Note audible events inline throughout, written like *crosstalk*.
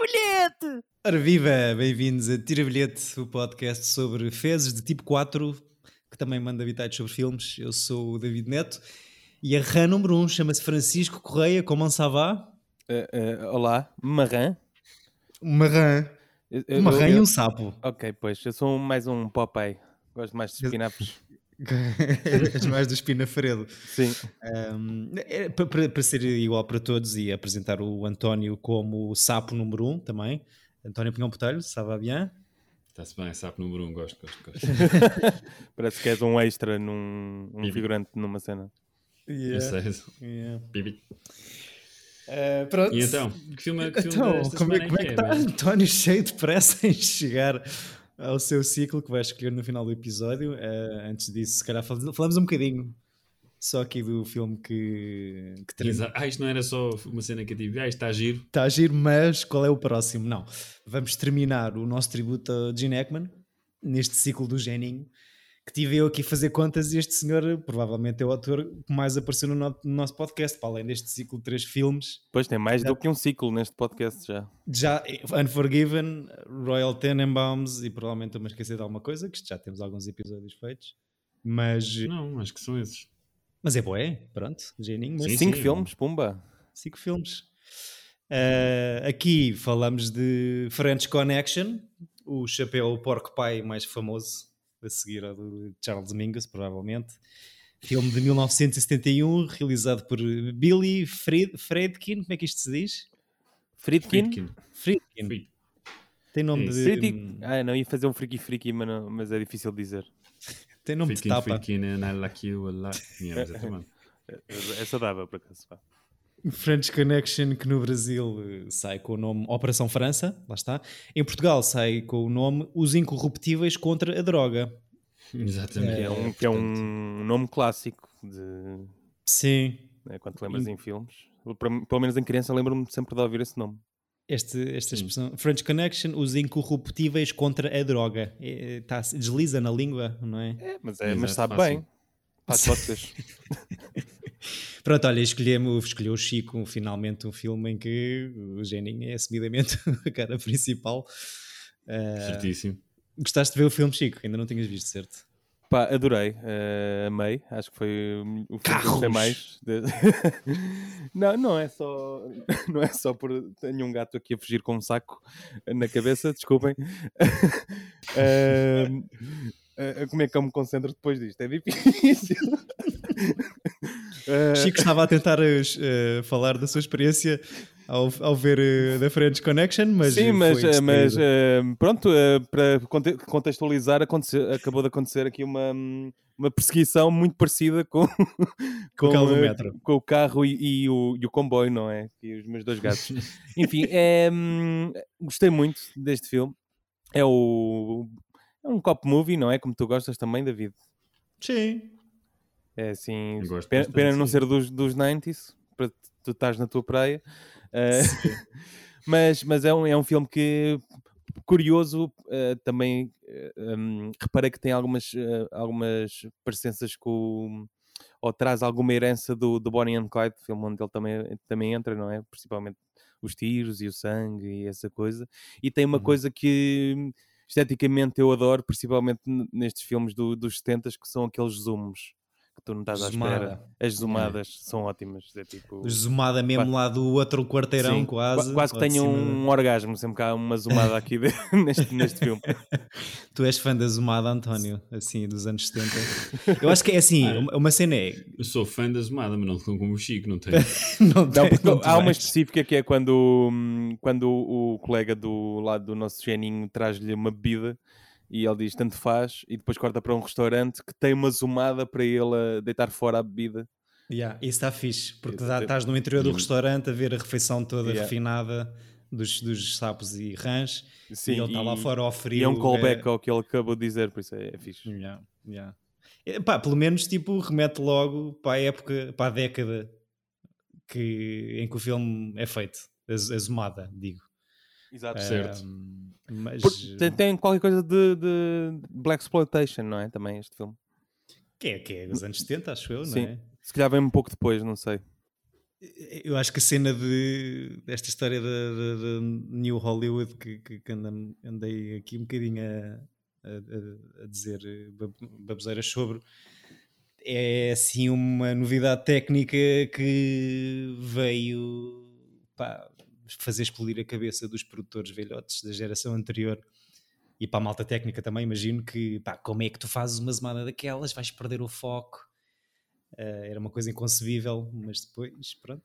bilhete! Ora viva! Bem-vindos a Tira Bilhete, o podcast sobre fezes de tipo 4, que também manda habitats sobre filmes. Eu sou o David Neto e a rã número 1 chama-se Francisco Correia, como Savá. Uh, uh, olá, marrã. Uma rã. Eu- eu- Uma eu- rã e eu- um sapo. Ok, pois, eu sou um- mais um Popeye. Gosto mais de Eu- espinafres. *laughs* És mais do espinafredo. Sim. Um, é, pa- para, para ser igual para todos e apresentar o António como o sapo número 1 também. António Pinhão Botelho, Savá bien? Está-se bem, sapo número um, gosto, gosto, *laughs* gosto. Parece que és um extra num um Sim. figurante numa cena. Eu sei. Yeah. Bibi. Eh, pronto. E então, que filme, que filme Então, desta como, é, semana como é que está Bem, António cheio de pressa em chegar ao seu ciclo que vai escolher no final do episódio? Eh, antes disso, se calhar fal- falamos um bocadinho só aqui do filme que, que termina. Exato. Ah, isto não era só uma cena que eu tive. Ah, isto está giro. Está a giro, mas qual é o próximo? Não. Vamos terminar o nosso tributo a Gene Hackman neste ciclo do Geninho. Que tive eu aqui a fazer contas e este senhor provavelmente é o autor que mais apareceu no, no- no nosso podcast, para além deste ciclo de três filmes. Pois tem mais do que um ciclo neste podcast já. Já, Unforgiven, Royal Tenenbaums e provavelmente eu me esqueci de alguma coisa, que isto já temos alguns episódios feitos. Mas, Não, acho que são esses. mas é boé, pronto, geninho, mas Sim, Cinco sim. filmes, pumba. cinco filmes. Ah, aqui falamos de French Connection, o chapéu porco pai mais famoso, a seguir ao do Charles Mingus, provavelmente. Filme de 1971, realizado por Billy Fred, Fredkin, como é que isto se diz? Friedkin? Friedkin. Friedkin, Fried- tem nome É de... isso. Friedkin. Ah, não, ia fazer um friki friki, mas, não- mas é difícil dizer. Tem nome de Friedkin, tapa. Friedkin, and I like you a lot. Yeah, mas *laughs* é tão bom. Essa dava, por acaso. pá. French Connection, que no Brasil eh, sai com o nome Operação França, lá está. Em Portugal sai com o nome Os Incorruptíveis contra a Droga. Exatamente. Que é um, que é um nome clássico de, Sim, né, quando te lembras em filmes. Eu, pra- Pelo menos em criança lembro-me sempre de ouvir esse nome. este, esta Sim. expressão. French Connection, Os Incorruptíveis contra a Droga. Eh, tá- desliza na língua, não é? É, mas, é, mas Exato, sabe fácil. bem. Passo vocês. Pronto, olha, escolhemos, escolheu o Chico finalmente um filme em que o Geninho é assumidamente *laughs* a cara principal. Eh, Certíssimo. gostaste de ver o filme, Chico? Ainda não tinhas visto, certo? Pá, adorei, eh, amei, acho que foi hum, o filme que eu gostei Carros! mais. de- *laughs* não, não é só, *laughs* não é só por tenho um gato aqui a fugir com um saco na cabeça, desculpem. *laughs* Eh, eh, como é que eu me concentro depois disto? É difícil. *laughs* Eh, Chico estava a tentar eh, falar da sua experiência ao, ao ver eh, The French Connection, mas. Sim, foi mas, eh, destruído. mas eh, pronto, eh, para conte- contextualizar, aconteceu- acabou de acontecer aqui uma, hum, uma perseguição muito parecida com, *laughs* Com o carro do eh, metro. com o carro e, e o, e o comboio, não é? E os meus dois gatos. Enfim, eh, hum, gostei muito deste filme. É o. É um cop movie, não é? Como tu gostas também, David. Sim. É assim. Eu gosto Pena, bastante, pena não sim. ser dos, dos 90s, para tu- tu estás na tua praia. Eh, *laughs* mas mas é, um, é um filme que, curioso, eh, também eh, hum, reparei que tem algumas, eh, algumas parecenças com. o- Ou traz alguma herança do, do Bonnie and Clyde, filme onde ele também, também entra, não é? Principalmente os tiros e o sangue e essa coisa. E tem uma Uhum. coisa que esteticamente eu adoro, principalmente n- nestes filmes do- dos 70 que são aqueles zooms que tu não estás à espera. Zumada. As zoomadas são ótimas. É tipo, Zumada mesmo Qua- lá do outro quarteirão, sim, qua- quase. Quase que lá de tenho cima. um orgasmo sempre que há uma zoomada aqui de- *laughs* neste, neste filme. Tu és fã da Zumada, António, assim, dos anos *laughs* 70. Eu acho que é assim, Ah. uma- uma cena é. Eu sou fã da Zumada, mas não sou como o *laughs* Chico, não tenho. Não, tem, Não, porque não te há uma vais. específica que é quando, hum, quando o o colega do lado do nosso geninho traz-lhe uma bebida e ele diz tanto faz e depois corta para um restaurante que tem uma zoomada para ele a deitar fora a bebida. Yeah, isso está fixe, porque Isso, dá- eu- estás no interior do Uhum. restaurante a ver a refeição toda Yeah. refinada dos, dos sapos e rãs. Sim, e ele está lá e- fora ao frio. E é um é- Hum. callback ao que ele acabou de dizer, por isso é, é fixe. Yeah, yeah. Eh, Pá, pelo menos tipo, remete logo para a época, para a década que, em que o filme é feito, a, z- a zumada, digo. É, Exato. Certo. Ahm, mas Por- tem, tem qualquer coisa de, de Black Exploitation, não é? Também este filme. que é, que é dos anos 70, acho eu, não Sim. é? Eh, Se calhar vem um pouco depois, não sei. Eu acho que a cena de desta história da, da- da New Hollywood que, que- que andam- andei aqui um bocadinho a, a- a- a dizer eh, bab- baboseiras sobre é assim uma novidade técnica que veio pá, fazer explodir a cabeça dos produtores velhotes da geração anterior e para a malta técnica também imagino que pá, como é que tu fazes uma semana daquelas vais perder o foco eh, era uma coisa inconcebível, mas depois, pronto.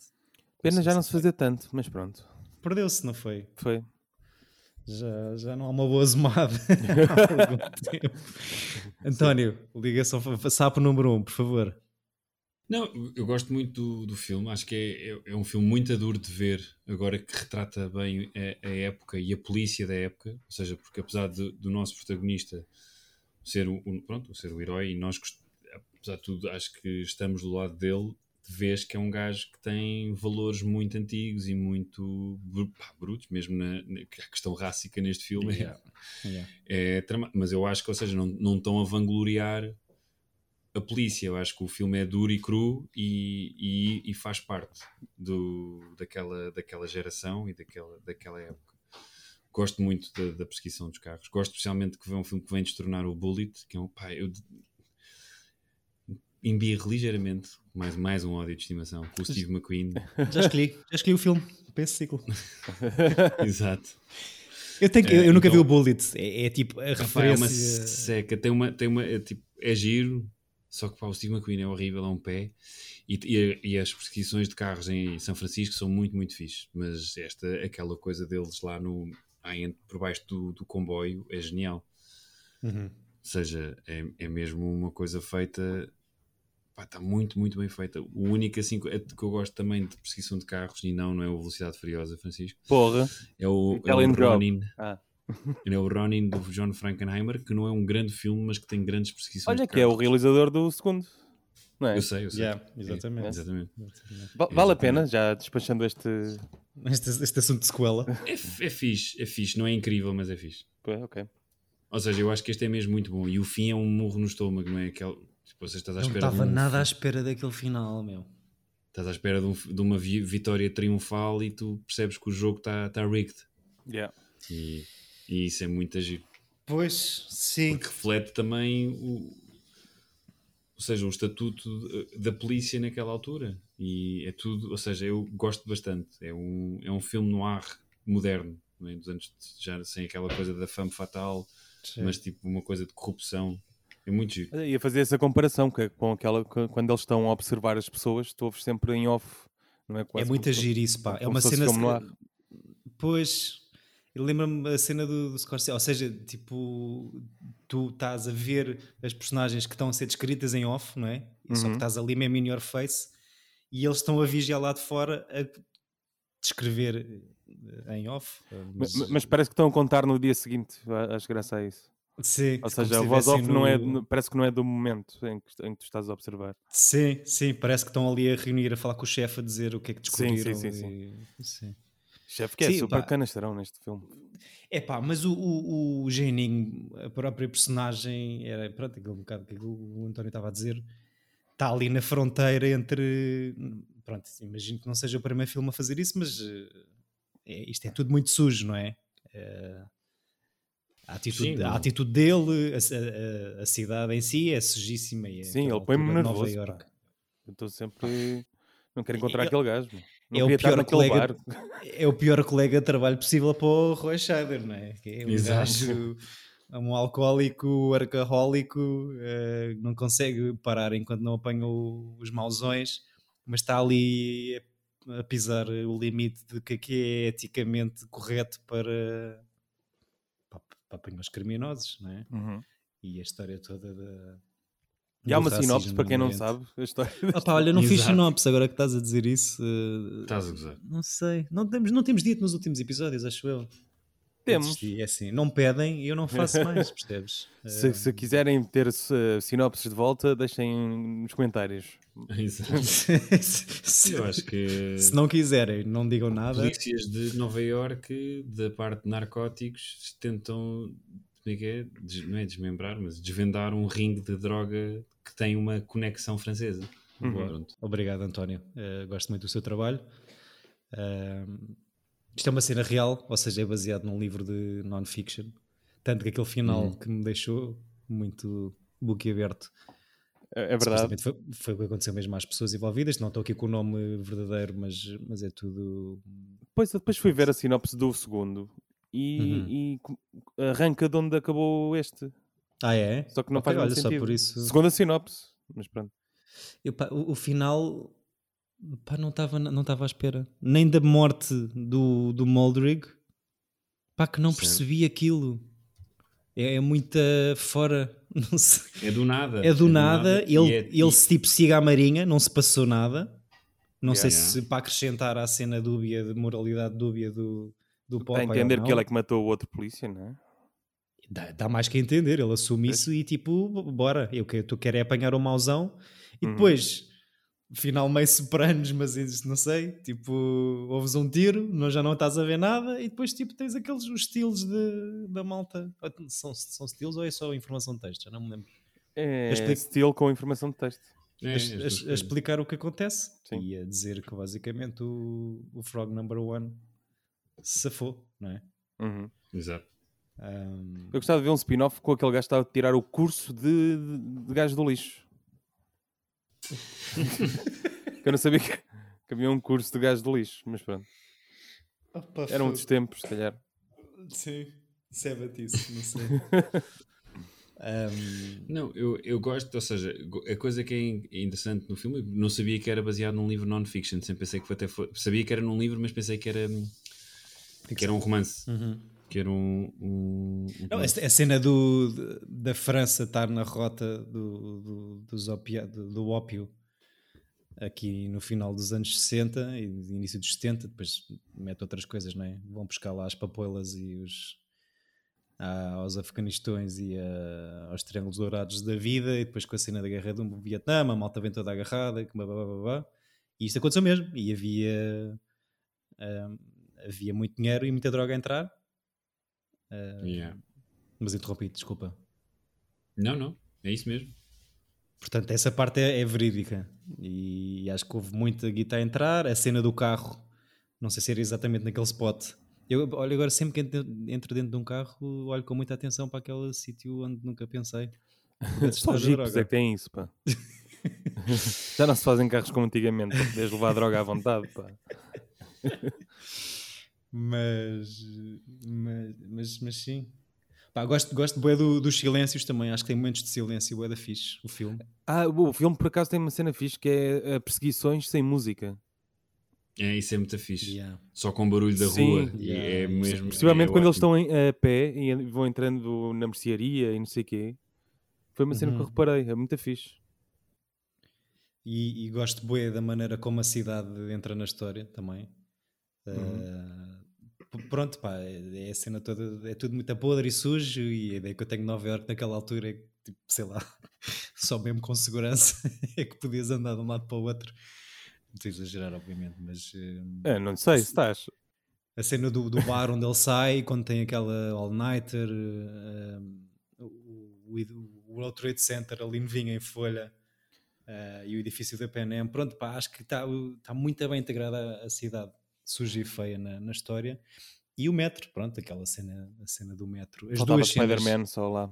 Pena já não começou-se se fazia tanto, mas pronto. a- Perdeu-se, não foi? Foi. Já, já não há uma boa *laughs* zemada há algum tempo. *laughs* António, ligação fa- sapo número um, por favor. Não, eu gosto muito do, do filme. Acho que é, é, é um filme muito duro de ver, agora que retrata bem a, a época e a polícia da época. Ou seja, porque apesar de- do nosso protagonista ser o, o- pronto, ser o herói, e nós, gost- apesar de tudo, acho que estamos do lado dele, de vez que é um gajo que tem valores muito antigos e muito bru- pá, brutos, mesmo na, na é a questão rássica neste filme. é- *laughs* é trama- mas eu acho que, ou seja, não, não estão a vangloriar a polícia. Eu acho que o filme é duro e cru e, e- e faz parte do, daquela, daquela geração e daquela, daquela época. Gosto muito da, da perseguição dos carros. Gosto especialmente que é um filme que vem destornar o Bullet, que é um pá, eu de- embirro ligeiramente. Mais, mais um ódio de estimação com o *laughs* Steve McQueen. Já escolhi, já escolhi o filme para esse ciclo. Exato. Eu, tenho, que- É, eu, eu nunca vi então- o Bullet, é, é tipo a Epá, é uma referência. seca, tem uma, tem uma é, tipo, é giro, só que pá, o Steve McQueen é horrível, é um pé, e, e, e as perseguições de carros em São Francisco são muito, muito fixe, mas esta, aquela coisa deles lá no, aí en- por baixo do, do comboio é genial, Uhum. ou seja, é, é mesmo uma coisa feita, pá, está muito, muito bem feita, o único assim que é que eu gosto também de perseguição de carros, e não, não é o Velocidade Furiosa, Francisco, Porra. é o, é Italian o Job. Ronin, Ah. ele *laughs* é o Ronin do John Frankenheimer, que não é um grande filme, mas que tem grandes perseguições. Olha de que é o carros. realizador do segundo. Não é? Eu sei, eu sei. Yeah, É, exatamente. exatamente. Va- vale a pena, já despachando este. Este, este assunto de sequela. É, é fixe, é fixe, não é incrível, mas é fixe. Pô, Ok. Ou seja, eu acho que este é mesmo muito bom. E o fim é um murro no estômago, não é aquele. Tipo, vocês estás à Não espera. de estava um- nada à espera daquele final, meu. Estás à espera de, um- de uma vi- vitória triunfal e tu percebes que o jogo está tá rigged. Yeah. E, e isso é muito agir. Pois, sim. Porque reflete também o. Ou seja, o estatuto de- da polícia naquela altura. E é tudo. Ou seja, eu gosto bastante. É um, é um filme no ar moderno. não é? Dos anos de- já sem aquela coisa da fama fatal, mas tipo uma coisa de corrupção. É muito giro. Olha, Ia fazer essa comparação que, é com aquela que- quando eles estão a observar as pessoas, tu ouves sempre em off. Não é, é Quase muito como se- agir isso, pá. É como uma se fosse cena. filme no ar. Pois, eu lembro-me a cena do, do Scorsese, ou seja, tipo, tu estás a ver as personagens que estão a ser descritas em off, não é? Só que Uhum. estás ali mesmo in your face e eles estão a vigiar lá de fora a descrever eh, em off. eh, Mas, mas parece que estão a contar no dia seguinte. a- Acho graça a isso. sim, Ou É como seja, se a voz off estivessem não é, no- no- parece que não é do momento em que, est- em que tu estás a observar. Sim, sim, parece que estão ali a reunir, a falar com o chefe, a dizer o que é que Sim, sim, descobriram. sim, sim. e- sim. Chefe, que é Sim, super pá. canastrão neste filme. É pá, mas o, o, o Geninho, a própria personagem, era pronto, aquele bocado que o António estava a dizer, está ali na fronteira entre. Pronto, assim, imagino que não seja o primeiro filme a fazer isso, mas eh, é- isto é tudo muito sujo, não é? Eh, a, atitude, Sim, a não. atitude dele, a, ci- a- a- a cidade em si é sujíssima. E é Sim, aquela ele põe-me altura de Nova nervoso, Iorque. Eu estou sempre. Não quero encontrar É- aquele gajo. meu. Não é o queria pior estar naquele colega- bar. é o pior colega de trabalho possível para o Roy Scheider, não é? Que é um Exato. gajo, um alcoólico, arcahólico, eh, não consegue parar enquanto não apanha o- os mauzões, mas está ali a, a pisar o limite do que é que é eticamente correto para, para, para apanhar os criminosos, não é? Uhum. E a história toda da. E há do uma racismo sinopse para quem no não Oriente. sabe *laughs* a história. Opa, olha, não fiz Exato. sinopse agora que estás a dizer isso. eh, Estás a gozar. *laughs* não sei. Não temos, não temos dito nos últimos episódios, acho eu. Temos. Desisti, É assim, não pedem e eu não faço mais, percebes? Se, se Uhum. quiserem ter eh, sinopses de volta, deixem nos comentários. Exato. Eh, *laughs* se, Eu acho que se não quiserem, não digam nada. polícias de Nova Iorque, da parte de narcóticos, tentam como é que é? Des- não é desmembrar, mas desvendar um ringue de droga que tem uma conexão francesa. Uhum. Pronto. Obrigado, António. Eh, gosto muito do seu trabalho. Ahm, isto é uma cena real, ou seja, é baseado num livro de non-fiction. Tanto que aquele final que me deixou muito boquiaberto. É é verdade. supostamente Foi, foi o que aconteceu mesmo às pessoas envolvidas. Não estou aqui com o nome verdadeiro, mas, mas é tudo. Depois, depois fui ver a sinopse do segundo e, Uhum. e co- arranca de onde acabou este. Ah, é? Só que não Ok, faz muito olha, só sentido. por isso- Segunda sinopse. Mas pronto. Eu, pá, o, o final pá, não estava não estava à espera. Nem da morte do, do Moldrig. Pá, que não Certo. percebi aquilo. É, é muita fora. *laughs* Não sei. É do nada. É do nada. ele e é- ele se tipo siga a marinha, não se passou nada. Não sei Yeah, yeah. se para acrescentar à cena dúbia, de moralidade dúbia do, do Dá a Popeye ou um entender não. que ele é que matou o outro polícia, não é? Dá, dá mais que entender, ele assume Pois. isso e tipo, b- bora, eu que tu quero é apanhar o mauzão e Uhum. depois, final meio sopranos, mas isso não sei, tipo, ouves um tiro, não, já não estás a ver nada e depois tipo tens aqueles os estilos de, da malta, Ou- são, são estilos ou é só informação de texto, já não me lembro, É Eu explico- estilo com informação de texto. É, a, é, a- as duas a coisas. explicar o que acontece Sim. e a dizer que basicamente o, o Frog Number One safou, não é? Uhum. Exato. Ahm, Eu gostava de ver um spin-off com aquele gajo que estava a tirar o curso de, de, de gajo do lixo. que eu não sabia que, que havia um curso de gajo do lixo, mas pronto. Opa, Era um fogo. dos tempos, se calhar. Sim, isso é batice, não sei. Ahm, Não, eu, eu gosto, ou seja, go- a coisa que é in- é interessante no filme, eu não sabia que era baseado num livro non-fiction, sempre pensei que foi até foi, sabia que era num livro, mas pensei que era hum, que era um romance, que era um, um- um Uhum. não, é- romance. esta- a cena do, de- da França estar na rota do, do, dos opia- do, do ópio aqui no final dos anos 60 e de início dos 70, depois mete outras coisas, não é? Vão buscar lá as papoilas e os a- aos afeganistões e a- aos triângulos dourados da vida e depois com a cena da guerra do Vietnã, a malta vem toda agarrada que blá, blá, blá, blá, blá. e isto aconteceu mesmo e havia hum, havia muito dinheiro e muita droga a entrar Yeah. mas interrompi, desculpa Não, não, é isso mesmo. Portanto, essa parte é, é verídica. E acho que houve muita guita a entrar. A cena do carro, não sei se era exatamente naquele spot. Eu olho agora sempre que entro- entro dentro de um carro, olho com muita atenção para aquele sítio onde nunca pensei. Pudesse *laughs* Só estar a os jipes droga. é que têm isso, pá. Já não se fazem carros como antigamente, para poderes levar a droga à vontade, pá. Mas, mas, mas, mas sim. Pá, gosto, gosto bué do, dos silêncios também. Acho que tem momentos de silêncio, bué da fixe, o filme. Ah, o filme por acaso tem uma cena fixe que é eh, perseguições sem música. É, isso é muito fixe. Yeah. Só com o barulho da Sim. rua. e Yeah. É mesmo. Possivelmente é quando eles estão ótimo. em- a pé e vão entrando na mercearia e não sei o quê. Foi uma cena que eu Uhum. reparei, é muito fixe. E, e gosto bué da maneira como a cidade entra na história também. Eh, p- pronto, pá, é é a cena toda, é tudo muito podre e sujo e a ideia que eu tenho de Nova Iorque naquela altura é que, tipo, sei lá, *laughs* só mesmo com segurança *laughs* é que podias andar de um lado para o outro. Não estou a exagerar, obviamente, mas eh, Ah, não sei se estás. a cena do, do bar onde ele sai, quando tem aquela all-nighter, eh, o, o, o World Trade Center ali novinho em folha eh, e o edifício da PNM. Pronto, pá, acho que está tá muito bem integrada a, a cidade, suja e feia na, na história. E o metro, pronto, aquela cena, a cena do metro. As Faltava duas cenas. Spider-Man só lá.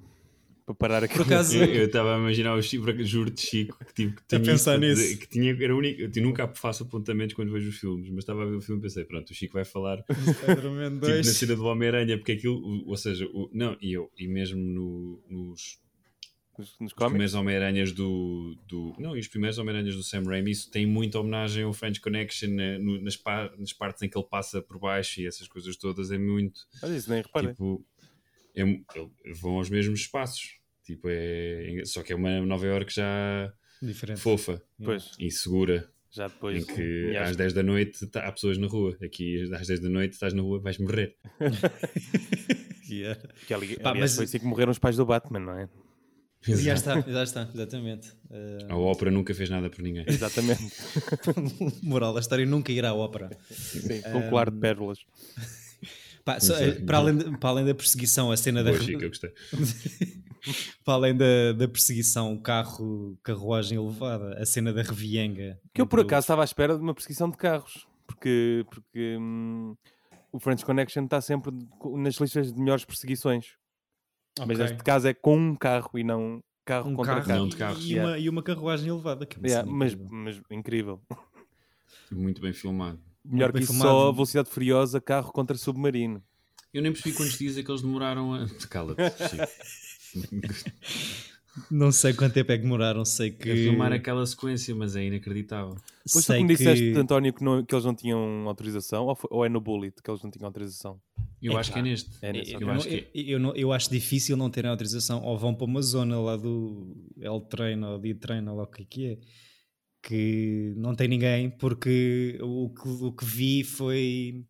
Para parar aqui. Por acaso, Eu eu estava a imaginar o Chico, juro-te, Chico, que, tipo, que tinha pensar isto de- nisso. Que tinha, era o único, eu nunca faço apontamentos quando vejo os filmes, mas estava a ver o filme e pensei, pronto, o Chico vai *laughs* falar Spider-Man tipo, na 2. cena do Homem-Aranha, porque aquilo, o- ou seja, o- não, e eu, e mesmo no- nos Nos, nos cómics. primeiros Homem-Aranhas do, do- Não, e os primeiros Homem-Aranhas do Sam Raimi, isso tem muita homenagem ao French Connection na- no- nas, pa- nas partes em que ele passa por baixo e essas coisas todas, é muito. Olha isso, nem reparei. Tipo, é mu- ele- vão aos mesmos espaços. Tipo, é, só que é uma Nova York já Diferente. fofa Tipo, Pois, e segura, já depois. em que e às acho- 10 da noite tá- há pessoas na rua. Aqui às 10 da noite estás na rua, vais morrer. Yeah. que ali- Pá, aliás, mas- Foi assim que morreram os pais do Batman, não *laughs* é? E já está, já está, exatamente. Eh, A ópera nunca fez nada por *laughs* ninguém. Exatamente. moral da história, nunca ir à ópera. Hum, Sim, com um colar de pérolas. Pá, só, é, Exato. eh, para, além de- para além da perseguição, a cena da. Boa, Chico, é eu gostei. para além da, da perseguição, carro, carruagem elevada, a cena da revienga. Que eu por Do- acaso estava à espera de uma perseguição de carros, porque, porque hum, o French Connection está sempre co- nas listas de melhores perseguições. Mas Ok. neste caso é com um carro e não carro um contra carro, carro. Não, de carros. E, uma, e uma carruagem elevada. Que é uma Yeah, cena mas, incrível. mas incrível. Muito bem filmado. Melhor que bem isso filmado. só velocidade furiosa, carro contra submarino. Eu nem percebi quantos dias é que eles demoraram a. *laughs* *laughs* Cala-te, Chico. Não sei quanto tempo é que demoraram, sei A que. filmar aquela sequência, mas é inacreditável. Pois tu sei que que- me disseste, António, que, não- que eles não tinham autorização, ou, foi- ou é no Bullet que eles não tinham autorização? Eu É acho claro. que é neste. É nesse, eu Eu, não- acho que é. eu- eu não- eu acho difícil não terem autorização, ou vão para uma zona lá do L Train ou D Train, ou lá o que é que é, que não tem ninguém, porque o que, o que vi foi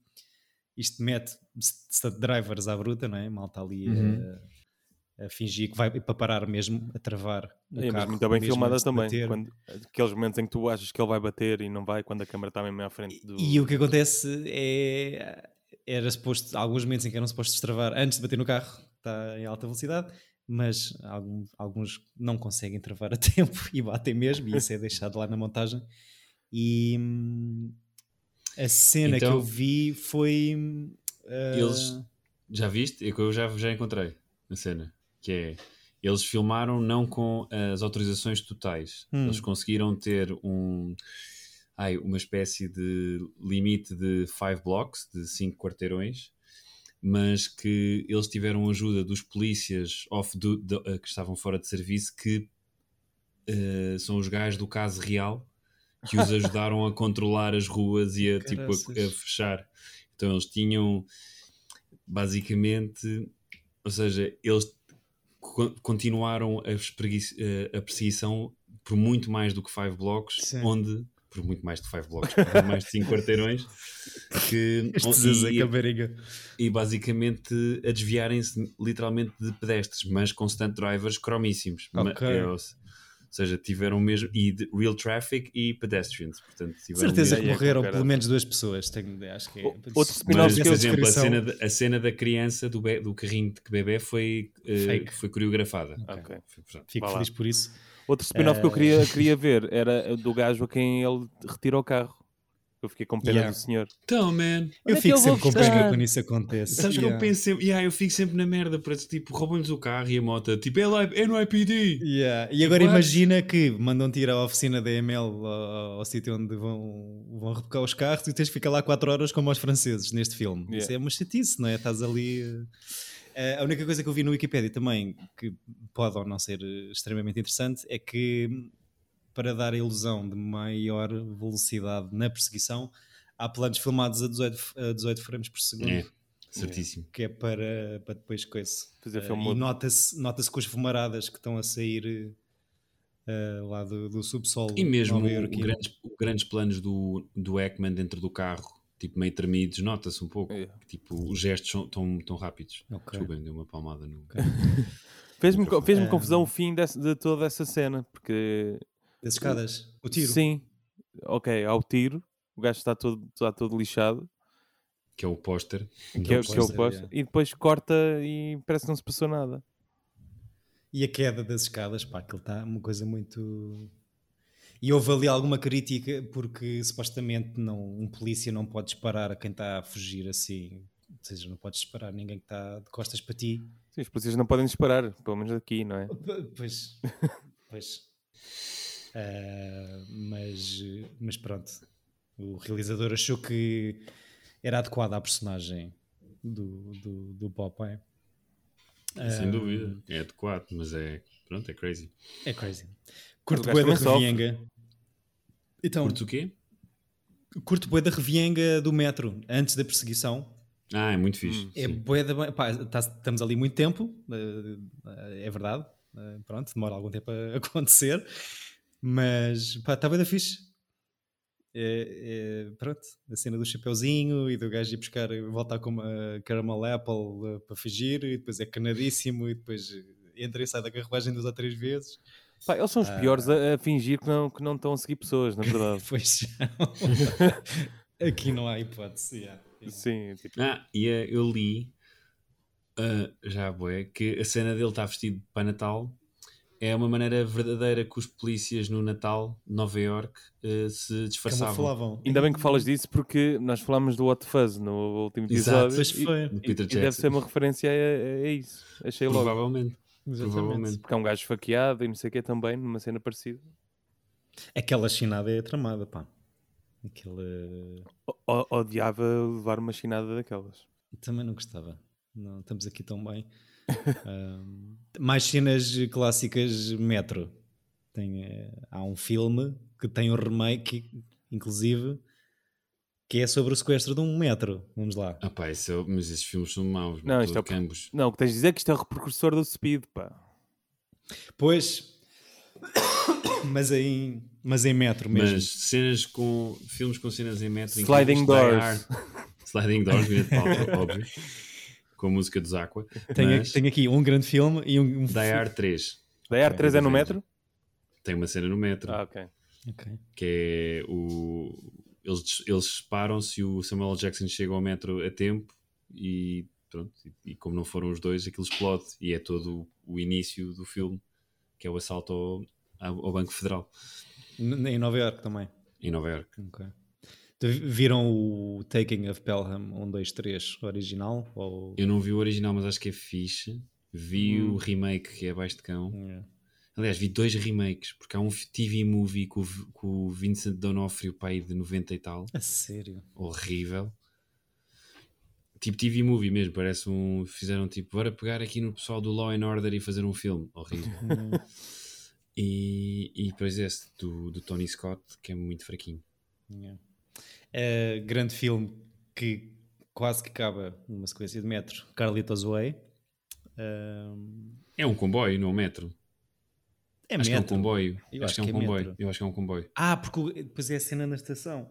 isto mete stunt drivers à bruta, não é? Malta ali a- Uhum. a, fingir que vai para parar mesmo, a travar. O É, mas carro muito bem mesmo filmada antes de também. bater. Quando, aqueles momentos em que tu achas que ele vai bater e não vai, quando a câmera está mesmo à frente do. E o que acontece é. Era suposto. Alguns momentos em que eram supostos destravar antes de bater no carro, está em alta velocidade, mas algum- alguns não conseguem travar a *laughs* tempo e batem mesmo, e isso é deixado lá na montagem. E. hum, A cena que Então- eu vi foi. hum, ah, Eles- Já viste? É que Eu já, já encontrei a cena. Que é. Eles filmaram não com as autorizações totais. Hum. Eles conseguiram ter um. Ai, uma espécie de limite de five blocks, de cinco quarteirões, mas que eles tiveram ajuda dos polícias off du- de- eh, que estavam fora de serviço, que eh, são os gajos do caso real, que *laughs* os ajudaram a controlar as ruas e a, tipo, a- a Caraças. fechar. Então eles tinham basicamente, ou seja, eles co- continuaram a, espreguiç- eh, a perseguição por muito mais do que 5 blocos, Sim. onde por muito mais de 5 blocos, por mais de *laughs* 5 quarteirões, que Estes e- Zezé e- Cabariga. e basicamente a desviarem-se literalmente de pedestres, mas com stunt drivers cromíssimos. Ma- Ok. é, ou se- ou seja, tiveram mesmo e de- real traffic e pedestrians. Portanto, tiveram Certeza mesmo- que ideia, morreram cara. pelo menos duas pessoas. Tenho, acho que é- O- outro se- spin-off Mas, Nós por essa exemplo, a descrição- cena, da- a cena da criança do, be- do carrinho de bebê foi, eh, Fake. foi coreografada. Ah, Ok. Foi, portanto, Fico Vá lá. feliz por isso. Outro spin-off que eu Eh, queria, *laughs* queria ver era do gajo a quem ele retira o carro. Eu fiquei com pena Yeah. do senhor. Então, man, Eu é que fico eu vou sempre com buscar? pena quando isso acontece. sabes que eu Yeah. penso sempre, yeah, eu fico sempre na merda para tipo, roubam-nos o carro e a moto, tipo, é, lá- é no IPD. Yeah. E agora What? imagina que mandam-te ir à oficina da ML ao, ao sítio onde vão, vão rebocar os carros e tens de ficar lá 4 horas como aos franceses neste filme. Yeah. Isso é uma chatice, não é? Estás ali. eh, A única coisa que eu vi no Wikipedia também, que pode ou não ser eh, extremamente interessante, é que para dar a ilusão de maior velocidade na perseguição, há planos filmados a 18, f- a 18 frames por segundo É, certíssimo. que é para, para depois coisa. Fazer Eh, filme e mudo. nota-se nota com as fumaradas que estão a sair eh, lá do, do subsolo. E mesmo o- o nova-iorquino. grandes, o grandes planos do, do Ekman dentro do carro, tipo meio tremidos, nota-se um pouco. Yeah. que, Tipo, os gestos são tão, tão rápidos. Ok. Desculpem, deu uma palmada no. Fez-me co- fez-me Eh, confusão o fim desse- de toda essa cena, porque. Das escadas. O tiro. Sim, ok, há o tiro, o gajo está todo, está todo lixado, Que é o póster. que é, o que é o póster, posto, yeah. e depois corta e parece que não se passou nada. E a queda das escadas, pá, aquilo está uma coisa muito. E houve ali alguma crítica, porque supostamente não, um polícia não pode disparar a quem está a fugir assim. Ou seja, não podes disparar ninguém que está de costas para ti. Sim, os polícias não podem disparar, pelo menos aqui, não é? P- Pois, pois. Ah, mas, mas pronto, o realizador achou que era adequado à personagem do, do, do é? Popeye. Sem dúvida. É adequado, mas é. Pronto, é crazy. É crazy. O Curto gajo bué da também sofre. revienga. Então, Curto curto, o quê? bué da revienga do metro, antes da perseguição. Ah, é muito fixe. Hum. É sim. bué da... bem- pá, tá- estamos ali muito tempo, eh, eh, é verdade. eh, Pronto, demora algum tempo a *laughs* acontecer. Mas, pá, está bué da fixe. É- é, pronto, a cena do chapeuzinho e do gajo ir buscar, voltar com uma caramel apple eh, para fugir e depois é canadíssimo e depois entra e sai da carruagem duas ou três vezes. *laughs* Pá, eles são os Ah. piores a, a fingir que não, que não estão a seguir pessoas, na verdade. Pois Aqui não há hipótese. yeah. *laughs* Sim, tipo, Ah, e eh, eu li ah, já a boé que a cena dele está vestido de Pai Natal é uma maneira verdadeira que os polícias no Natal, de Nova York, eh, é se disfarçavam. Camuflavam. ainda bem que falas disso porque nós falámos do What Fuzz no último episódio. Exato. Pois e- foi. Do E, Peter e Jackson. deve ser uma referência a, a- a isso. Achei logo. Provavelmente. Exatamente. Provavelmente. Porque é um gajo faqueado e não sei o que também, numa cena parecida. Aquela chinada é tramada, pá. Aquela. O- o- odiava levar uma chinada daquelas. Também não gostava. Não estamos aqui tão *laughs* bem. Ahm, mais cenas clássicas metro. Tem, eh, há um filme que tem um remake, inclusive, que é sobre o sequestro de um metro. Vamos lá. Ah, pá, isso é- mas esses filmes são maus. Não, Não, isto é- isto Cambos. Não, o que tens de dizer é que isto é o precursor do Speed, pá. Pois. *coughs* Mas em, mas em metro mesmo. Mas cenas com. filmes com cenas em metro. em Sliding Cambos, Die Doors. Hard, Sliding Doors, vinha *laughs* de pauta, óbvio. Com a música dos Aqua. Tenho, mas tenho aqui um grande filme e um. um Die Hard 3. Da R3 é no metro? Tem uma cena no metro. Ah, ok. Ok. que é o eles, eles separam-se e o Samuel L. Jackson chega ao metro a tempo e pronto, e, e como não foram os dois, aquilo explode e é todo o início do filme, que é o assalto ao, ao ao Banco Federal N- Em Nova York também. em Nova Iorque. Ok. Tu- Viram o Taking of Pelham 1, 2, 3 original? Ou... Eu não vi o original, mas acho que é fixe. Vi Hum. o remake que é Abaixo de Cão. Yeah. Aliás, vi dois remakes, porque há um TV movie com, o V- com o Vincent D'Onofrio, pai de 90 e tal. A sério? horrível. Tipo TV movie mesmo, parece um. Fizeram tipo, bora pegar aqui no pessoal do Law and Order e fazer um filme. Horrível. e, e depois esse do, do Tony Scott, que é muito fraquinho. Yeah. Eh, grande filme que quase que acaba numa sequência de metro. Carlitos Way. Ahm, É um comboio, não é um metro. é acho que é metro. um comboio. Eu acho que é um comboio. Eu acho que é um comboio. Ah, porque o- depois é a cena na estação.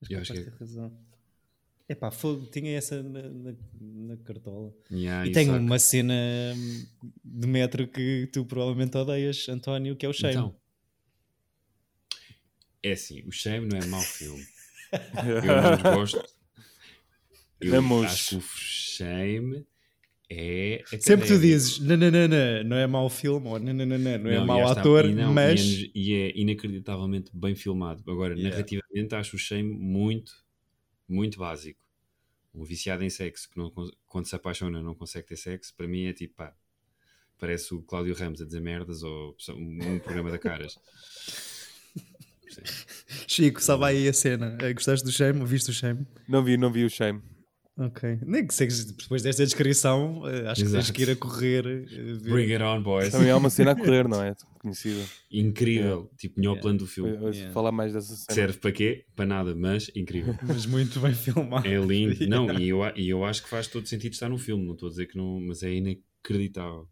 Mas Eu acho capaz que é. de ter razão. Epá, fogo, tinha essa na, na- na cartola. Yeah, e tem saco. uma cena hum, de metro que tu provavelmente odeias, António, que é o Shame. Então. É assim, o Shame não é mau filme. *laughs* Eu não os gosto. Eu É Vamos. acho que o Shame é. a Sempre tu cadeia. dizes, não, não, não, não, não é mau filme, ou não, não, não, não, não é Não, e mau já está. ator, E não, mas... E é, e é inacreditavelmente bem filmado. Agora, Yeah. narrativamente, acho o Shame muito, muito básico. Um viciado em sexo, que não, cons- quando se apaixona não consegue ter sexo, para mim é tipo, pá, parece o Cláudio Ramos a dizer merdas ou pessoa- um, um programa *laughs* da Caras. Chico, sabe aí a cena. Eh, Gostaste do Shame? Viste o Shame? Não vi, não vi o Shame. Ok. Nem que sejas, depois desta descrição, eh, acho que tens Exato. que ir a correr. eh, ver. Bring it on, boys. Também há uma cena a correr, não é? Conhecida. Incrível. Tipo, melhor plano do filme. Eu- eu- Yeah. Falar mais dessa cena. Serve para quê? Para nada, mas incrível. Mas muito bem filmado. É lindo. Não, e eu, a- e eu acho que faz todo sentido estar no filme, não estou a dizer que não, mas é inacreditável.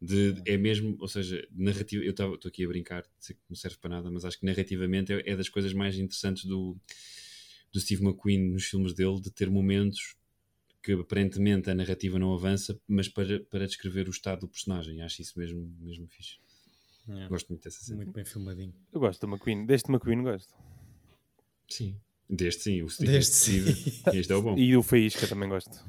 De, é mesmo, ou seja, narrativa. Eu estava- estou aqui a brincar, de dizer que não serve para nada, mas acho que narrativamente é, é das coisas mais interessantes do, do Steve McQueen nos filmes dele, de ter momentos que aparentemente a narrativa não avança, mas para, para descrever o estado do personagem. Acho isso mesmo, mesmo fixe. Yeah. Gosto muito dessa cena. Muito bem filmadinho. Eu gosto do McQueen. Deste McQueen gosto. Sim. Deste sim, o Steve. Deste Steve. *laughs* sim. Este é o bom. E o Faísca também gosto.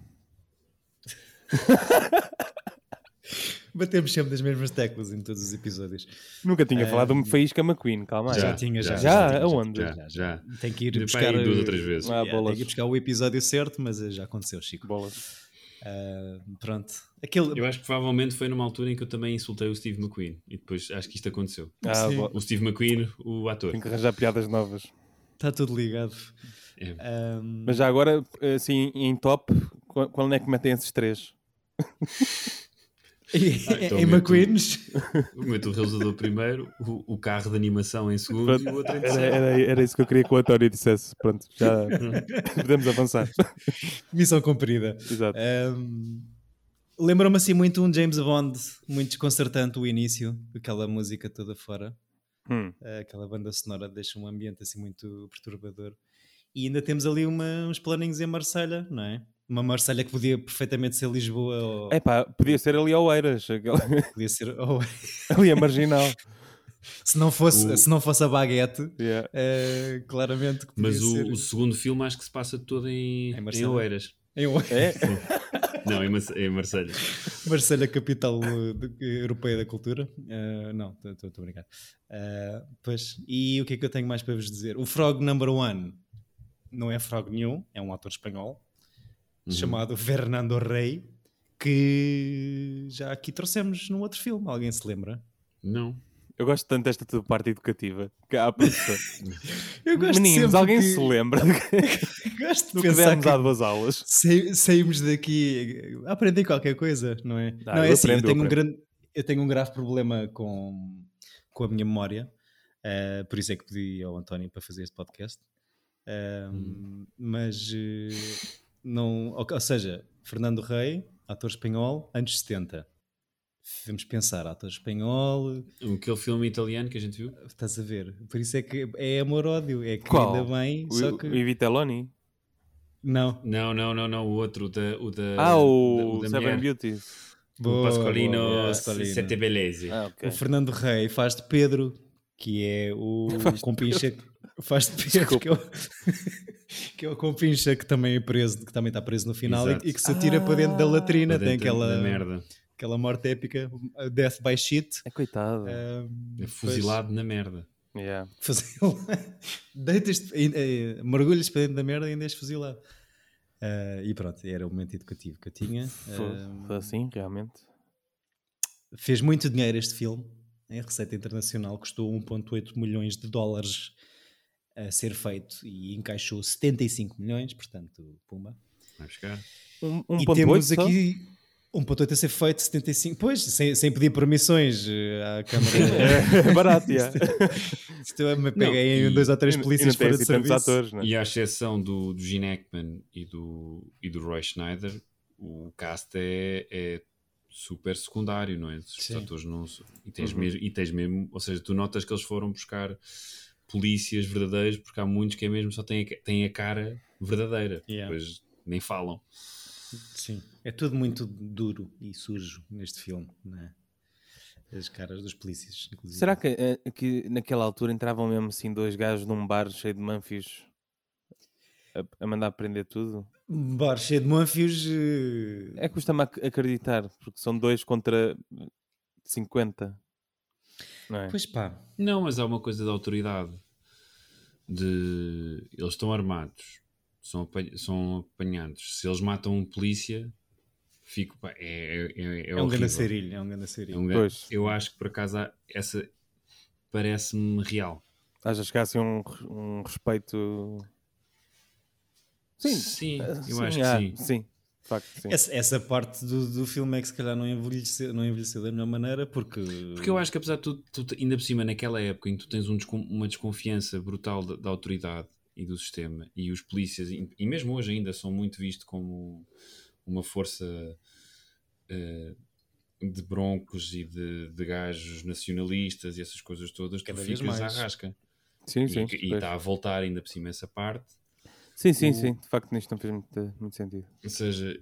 Batemos sempre das mesmas teclas em todos os episódios. Nunca tinha falado do Faísca McQueen, calma aí. Já tinha, já. Já? Aonde? Já, já. já. Tem que ir Pá, buscar. aí duas ou eh, três vezes. Ah, yeah, bolas. tem que ir buscar o episódio certo, mas eh, já aconteceu, Chico. Bolas. Ah, pronto. Aquele. Eu acho que provavelmente foi numa altura em que eu também insultei o Steve McQueen. E depois acho que isto aconteceu. Ah, Sim. bo- O Steve McQueen, o ator. Tenho que arranjar piadas novas. Está tá tudo ligado. É. Ahm, Mas já agora, assim, em top, qu- quando é que metem esses três? então em meto- McQueens. *laughs* Meto o realizador primeiro, o, o carro de animação em segundo e o outro em Era, terceiro. era, era isso que eu queria que o António dissesse. Pronto, *laughs* já podemos avançar. Missão cumprida. *laughs* Exato. Ahm, Lembra-me assim muito um James Bond, muito desconcertante o início, aquela música toda fora, Hum. eh, aquela banda sonora deixa um ambiente assim muito perturbador. E ainda temos ali uma- uns planinhos em Marselha, não é? Uma Marselha que podia perfeitamente ser Lisboa ou É. Epá, podia ser *laughs* ali ao Eiras, aquela- podia ser ou *laughs* ali a marginal. Se não fosse, O- se não fosse a baguete, *laughs* Yeah. eh, claramente que podia Mas ser o, o segundo filme acho que se passa todo em, Em em, Marselha. Oeiras. em É? Não, em, Marse- em Marselha. Marselha, capital eh, de- europeia da cultura. Eh, não, estou a brincar. Eh, pois, e o que é que eu tenho mais para vos dizer? O Frog Number One não é Frog nenhum, é um ator espanhol chamado Fernando Rey, que já aqui trouxemos num outro filme. Alguém se lembra? Não. Eu gosto tanto desta tua parte educativa. Que há a professora. Eu Meninos, sempre alguém que- se lembra do que, Gosto de do que pensar demos que há duas aulas? Sai- saímos daqui a aprender qualquer coisa, não é? Ah, não, é eu assim, eu aprendo, eu tenho, um aprendo. grande, eu tenho um grave problema com, com a minha memória, eh, por isso é que pedi ao António para fazer este podcast. Eh, Hum. Mas, eh, não, ou, ou seja, Fernando Rei, ator espanhol, anos 70. Vamos pensar, ator espanhol, Aquele filme italiano que a gente viu. estás a ver? Por isso é que é amor-ódio, é que Qual? ainda bem, O, só que. o Iviteloni? Não, Não, não, não, não. O outro, o da. O Eh, da Ah, da- o o da Seven mulher. Beauties. O Boa, boa, boa, Tipo um Pascolino Pascolino. Sete Beleze. Ah, O ok. Fernando Rei faz de Pedro, que é *laughs* o compincha que faz de Pedro, Desculpa. que é, o, que é o *laughs* compincha que também é preso, que também está preso no final e, Exato. e que se atira para dentro da Ah. latrina, Para tem dentro da aquela, merda. É aquela morte épica, uh, Death by Shit. *laughs* É coitado. um, É fuzilado na merda. Yeah. depois, fuzilado. Deitas-te, eh, eh, mergulhas para dentro da merda e ainda és fuzilado. Uh, e pronto, era o momento educativo que eu tinha. Foi, Um, foi assim, realmente. Fez muito dinheiro este filme. Em receita internacional custou 1.8 milhões de dólares a ser feito e encaixou 75 milhões, portanto, pumba. Vai buscar. Um, e 1.8 temos só? aqui 1.8 a ser feito, 75, pois, sem, sem pedir permissões eh, à *laughs* câmara. *laughs* É barato, yeah. Isto eu me Não, peguei e- em um, dois ou três E- e polícias não tem fora de assim tantos serviço. atores, né? E à exceção do, do Gene Hackman e do, e do Roy Schneider, o cast é, é super secundário, não é? Os Sim. atores não. são- E tens, Uhum. mesmo, e tens mesmo. Ou seja, tu notas que eles foram buscar polícias verdadeiros, porque há muitos que é mesmo só têm a, ca- têm a cara verdadeira. Yeah. Depois nem falam. Sim, é tudo muito duro e sujo neste filme, não é? As caras dos polícias, inclusive. Será que, eh, que naquela altura entravam mesmo assim dois gajos num bar cheio de manfios a, a mandar prender tudo? Bar cheio de manfios. eh, É que custa-me ac- acreditar, porque são dois contra eh, 50. Não é? Pois pá, Não, mas há uma coisa da autoridade. De... Eles estão armados, são, apa- são apanhados. Se eles matam um polícia, fico. pá, É, é, é, é, É um horrível. ganacerilho, é um É ganacerilho. um grande... Pois. Eu acho que por acaso há- essa parece-me real. Estás a chegar assim a um, re- um respeito. Sim, eu sim, acho ah, que sim. Sim, de facto, É um sim. Essa, essa parte do, do filme é que se calhar não envelheceu, não envelheceu da melhor maneira porque. Porque Hum. eu acho que apesar de tudo, tu, te- ainda por cima, naquela época em que tu tens um descon- uma desconfiança brutal da, da autoridade e do sistema, e os polícias, e, e mesmo hoje ainda são muito vistos como uma força eh, de broncos e de, de gajos nacionalistas e essas coisas todas, tu Cada vez ficas mais. à rasca. Sim, sim. e pois. está a voltar ainda por cima essa parte. Sim, sim, o- sim. De facto, nisto não fez muito, muito sentido. *laughs* Ou seja,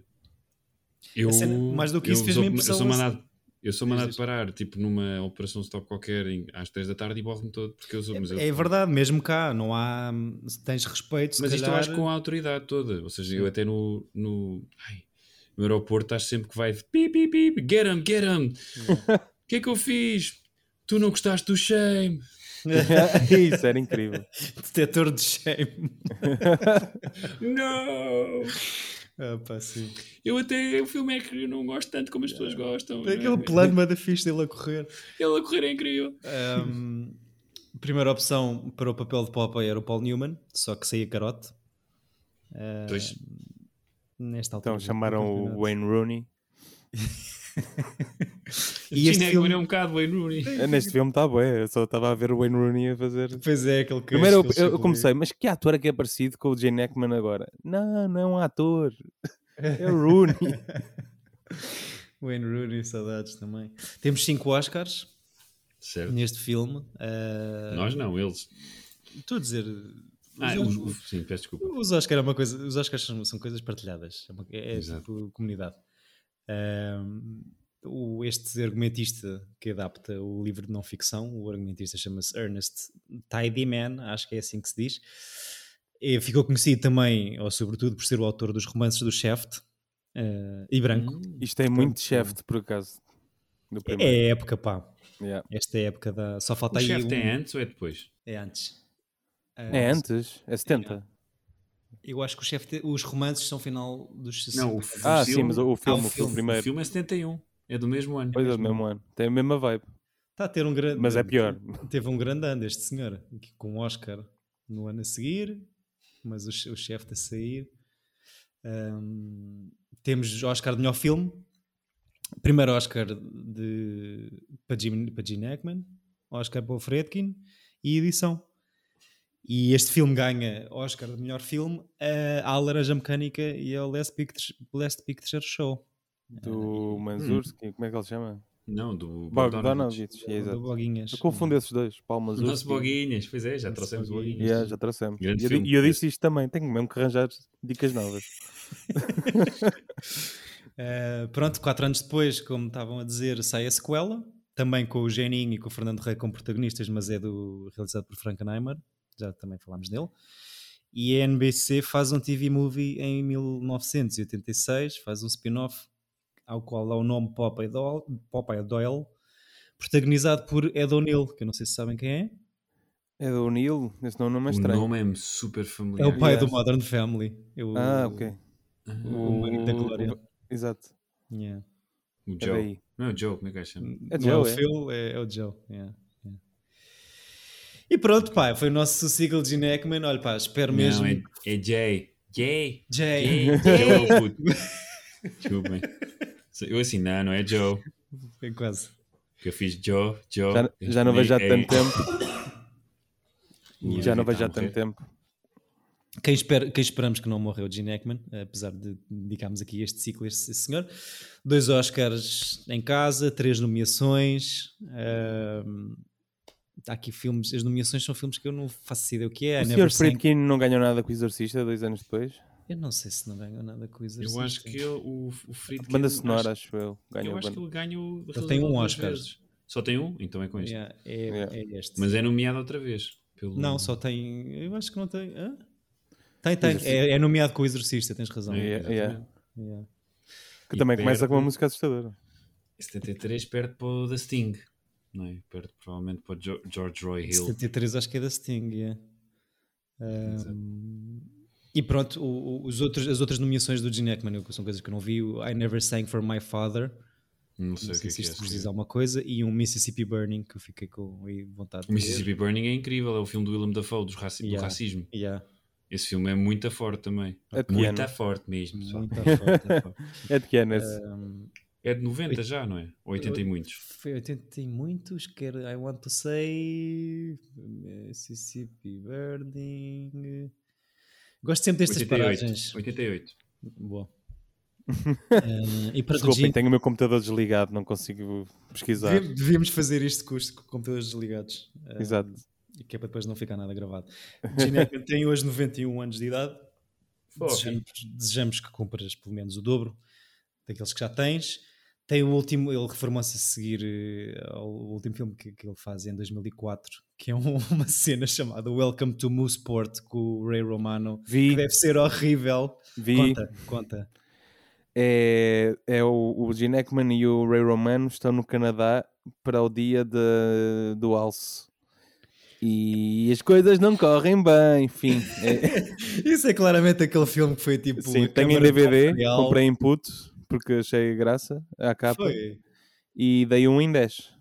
eu. cena- mais do que isso, eu fez-me sou- impressão Eu sou esse- mandado, eu sou mandado diz. parar, tipo, numa operação stop qualquer em- às 3 da tarde e borro-me todo, porque eu sou. mas eu- É verdade, mesmo cá, não há. se Tens respeito, se assim. Mas isto eu calhar- acho com a autoridade toda. Ou seja, eu até no. no ai, no aeroporto, acho sempre que vai. Pi, pi, pi, get him, get him. *laughs* O que é que eu fiz? Tu não gostaste do shame. É Isso era incrível. Detetor de shame. *laughs* Não! Ah, pá, sim. Eu até. O filme é que eu não gosto tanto como as pessoas gostam. não é? Aquele plano manda fixe dele a correr. Ele a correr é incrível. Ahm, primeira opção para o papel de Popeye era o Paul Newman, só que saía carote. Ah, Pois. Nesta altura. Então chamaram Wayne. o Wayne Rooney. E este Chineco filme- é um bocado Wayne Rooney. Eh, Neste filme está bué. Eu só estava a ver o Wayne Rooney a fazer. Pois é, aquele que Primeiro eu- que eles eu, sempre comecei, mas que ator é que é parecido com o Jane Ackman agora? Não, não é um *laughs* ator. É o Rooney. Wayne Rooney, saudades também. Temos cinco Oscars Certo. neste filme. ah, Nós não, eles. Estou a dizer. Ah, os, os- os- sim, peço desculpa. os Oscars é uma coisa. é Os Oscars são, são coisas partilhadas. É, uma, é Exato. tipo comunidade. Ah, o, este argumentista que adapta o livro de não ficção, o argumentista chama-se Ernest Tidyman, acho que é assim que se diz. E ficou conhecido também, ou sobretudo, por ser o autor dos romances do Shaft eh, e Hum, Branco. Isto tem muito chefe, por acaso. No primeiro. É a época, pá. Yeah. Esta é a época da. Só falta O aí. chefe um- tem antes ou é depois? É antes. Ah, É antes? É 70? Eu acho que o chefe. te- Os romances são final dos 60. Não, o Ah, filme- sim, mas o, o filme, o filme. o filme O primeiro. filme é 71, é do mesmo ano. Pois é, do mesmo ano. Tem a mesma vibe, Está a ter um grande. mas é pior. Teve um grande ano este senhor, que- com o Oscar no ano a seguir, mas o, che- o chefe a sair. Ahm, temos o Oscar de melhor filme. Primeiro Oscar de, para, Jim, para Gene Hackman, Oscar para o Fredkin e edição. E este filme ganha Oscar de melhor filme a à Laranja Mecânica e ao Last Pictures- Last Picture Show. Do Manzursky, como é que ele se chama? Não, do Bogdanovich. Bogdanovich. É, do exato. Boguinhas. Eu confundo esses dois, Paulo O nosso Manzursky. Boguinhas, pois é, já Nosso trouxemos Boguinhas. Boguinhas. Yeah, já trouxemos. E é um eu, Grande di- filme. e eu disse isto também, tenho mesmo que arranjar dicas novas. Uh, pronto, quatro anos depois, como estavam a dizer, sai a sequela, também com o Geninho e com o Fernando Rei como protagonistas, mas é do, realizado por Frankenheimer, já também falámos dele. E a NBC faz um TV movie em 1986, faz um spin-off ao qual dá o nome Popeye Doyle, Popeye Doyle, protagonizado por Ed O'Neill, que eu não sei se sabem quem é. É do Neil, esse nome não é O estranho. nome é-me super É familiar. o pai do Yes. Modern Family. Eu- Ah, ok. Ah, O marido da Glória. Exato, Yeah. O é Joe. daí. Não é o Joe, como é que ele se chama? É Não é o Joe, é? Phil, é, é o Joe. yeah, yeah. E pronto, pá, foi o nosso sossego de Gene Hackman. Olha, pá, espero mesmo. Não, é, é Jay. Jay. Jay, Jay. Joe *laughs* é o puto. Desculpem. Eu assim, não, não é Joe. foi quase. Que eu fiz Joe, Joe. é Já, já não Ei, vejo há ei. tanto tempo. Já não vejo há Tá tanto a morrer. tempo. Quem, espera- quem esperamos que não morreu, Gene Hackman, apesar de dedicarmos aqui este ciclo a este senhor. Dois Oscars em casa, três nomeações. ahm, há aqui filmes, as nomeações são filmes que eu não faço ideia o que é. O Never Sr. Sank- Friedkin não ganhou nada com o Exorcista dois anos depois. Eu não sei se não ganhou nada com assim, o Eu acho Exorcista. que eu- o, o Friedkin... Banda acho- sonora, acho eu. Ganhou eu acho que banda- ele ganha o... Ele tem um Oscar. Vezes. Só tem um? Então é com este. Yeah, é, Yeah. é este. Mas é nomeado outra vez. Pelo... Não, só tem. Eu acho que não tem. hã? Tem, tem. Exorcista. É, é nomeado com o Exorcista, tens razão. É, Yeah, yeah. exatamente. Yeah. que também E começa com uma perde- música assustadora. 73 perde para o The Sting. Não é? Perde provavelmente para o Jo- George Roy Hill. 73 acho que é da Sting. yeah. Exato. E pronto, o- o- os outros, as outras nomeações do Gene Hackman eu- são coisas que eu não vi. o I Never Sang for My Father, Não não sei o que sei é se que é. isto vos acho diz que é. alguma coisa, e um Mississippi Burning que eu fiquei com aí vontade de O ver. Mississippi Burning é incrível. É o filme do Willem Dafoe, dos raci- Yeah. do racismo. Yeah. Esse filme é muito forte também. É de que muito ano? forte mesmo. pessoal. Hum. Muito *laughs* à frente, à frente. É de que ano esse? É de 90 já, não é? Ou 80 e muitos. Foi 80 e muitos, que era I Want to Say, Mississippi Burning. Gosto sempre destas 88. paragens. 88. Boa. Eh, e para Desculpem, Gene, tenho o meu computador desligado, não consigo pesquisar. deve- devíamos fazer isto com os computadores desligados, eh, Exato. e que é para depois não ficar nada gravado. Gene Hackman tem hoje 91 anos de idade. Pô, Desejamos, desejamos que compras pelo menos o dobro daqueles que já tens. Tem o último, ele reformou-se a seguir eh, ao último filme que, que ele faz em 2004, que é um- *laughs* uma cena chamada Welcome to Mooseport com o Ray Romano, que Vi, deve ser horrível. vi. Conta, conta. É, é o, o Gene Hackman e o Ray Romano estão no Canadá para o dia de- do alce. E as coisas não correm bem, enfim. É- Isso é claramente aquele filme que foi tipo. sim, a tenho Câmara em tá de DVD, Montreal. comprei em puto, porque achei graça à capa. Foi. E dei um em 10.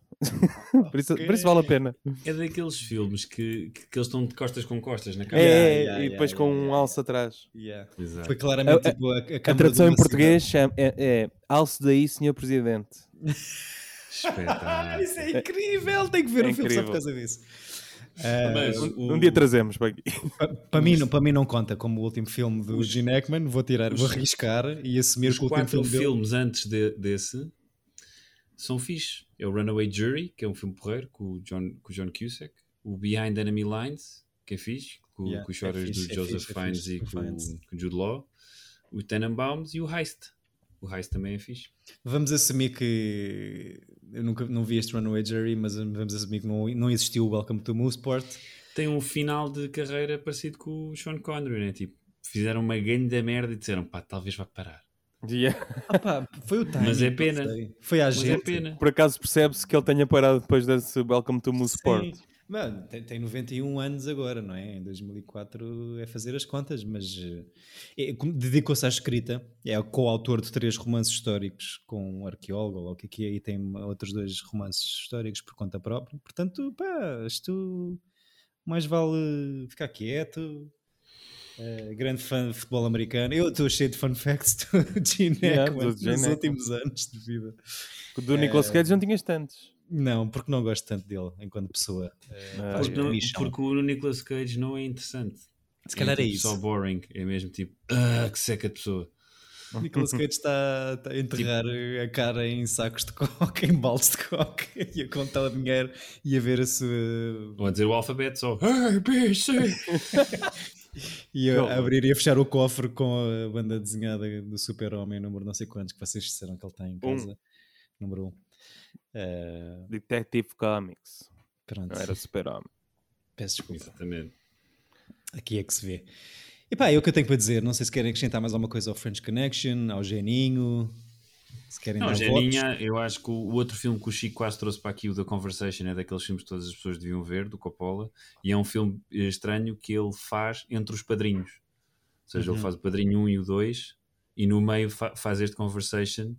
por, isso, por isso vale a pena. É daqueles filmes que, que, que eles estão de costas com costas na É, câmera. é, yeah, e depois yeah, com yeah, um yeah, alce atrás. Yeah. Exato. Foi claramente A- É, a- tipo a, a Câmara A de tradução em uma cidade. português chama- é, é Alce daí, senhor presidente. *laughs* Ah, *laughs* Espetáculo. isso é incrível! Tenho que ver É o filme só por incrível. causa disso. É Mas o- Um dia trazemos para aqui. Para mim, não, para mim não conta como o último filme do Gene Hackman, vou tirar, vou arriscar e assumir os que o último quatro filme dele... filmes antes de- desse são fixe. É o Runaway Jury, que é um filme porreiro, com o John, com o John Cusack. O Behind Enemy Lines, que é fixe, com, Yeah, com os é choras fixe, do é Joseph fixe, é Fiennes fixe, e com com, Fiennes. com o Jude Law. O Tenenbaums e o Heist, o Heist também é fixe. Vamos assumir que. Eu nunca não vi este Runaway Jury, mas vamos assumir que não, não existiu o Welcome to Mooseport. Tem um final de carreira parecido com o Sean Connery, né? Tipo, fizeram uma grande merda e disseram, pá, talvez vá parar. *laughs* Yeah. Ah pá, foi o timing. Mas é não pena. sei. Foi a Mas gente. é pena. Por acaso percebe-se que ele tenha parado depois desse Welcome to Mooseport. Sim. Mano, tem, tem 91 anos agora, não é? Em 2004 é fazer as contas, mas eh, é, como dedicou-se à escrita, é coautor de três romances históricos com um arqueólogo, ou o que é que é, e tem outros dois romances históricos por conta própria. Portanto, pá, isto mais vale ficar quieto. Eh, grande fã de futebol americano. Eu estou cheio de fun facts *laughs* do Gene Yeah, Hackman do Gene nos Hackman. últimos anos de vida. É. Do Nicolas Cage não tinhas tantos. Não, porque não gosto tanto dele enquanto pessoa. Ah, faz *laughs* Porque, não- lixo. porque o Nicolas Cage não é interessante. Se calhar é tipo isso. Só boring. É mesmo tipo, ah, que seca de pessoa. *laughs* Nicolas Cage está, está a enterrar a cara em sacos de coca, em baldes de coca, *laughs* e a contar o dinheiro e a ver a sua. Ou a dizer o alfabeto só, "Ah, é A, *laughs* B, C. e Que a, horror. a abrir e a fechar o cofre com a banda desenhada do Super-Homem, número não sei quantos, que vocês disseram que ele Um. tem em casa. Número 1. Um. Eh, Detective Comics. pronto, Não era super-homem. peço desculpa. Exatamente. Aqui é que se vê. E pá, é o que eu tenho para dizer. Não sei se querem acrescentar mais alguma coisa ao French Connection, ao Geninho. Se querem Não, dar votos. Janinha, eu acho que o o outro filme que o Chico quase trouxe para aqui, o The Conversation, é daqueles filmes que todas as pessoas deviam ver, do Coppola, e é um filme eh, estranho que ele faz entre os padrinhos. Ou seja, Uhum. ele faz o padrinho 1 e o 2, e no meio fa- faz este Conversation,